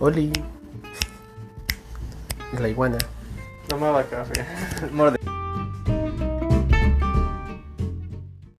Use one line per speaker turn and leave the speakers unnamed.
Oli. La iguana.
Tomaba café.
Morde.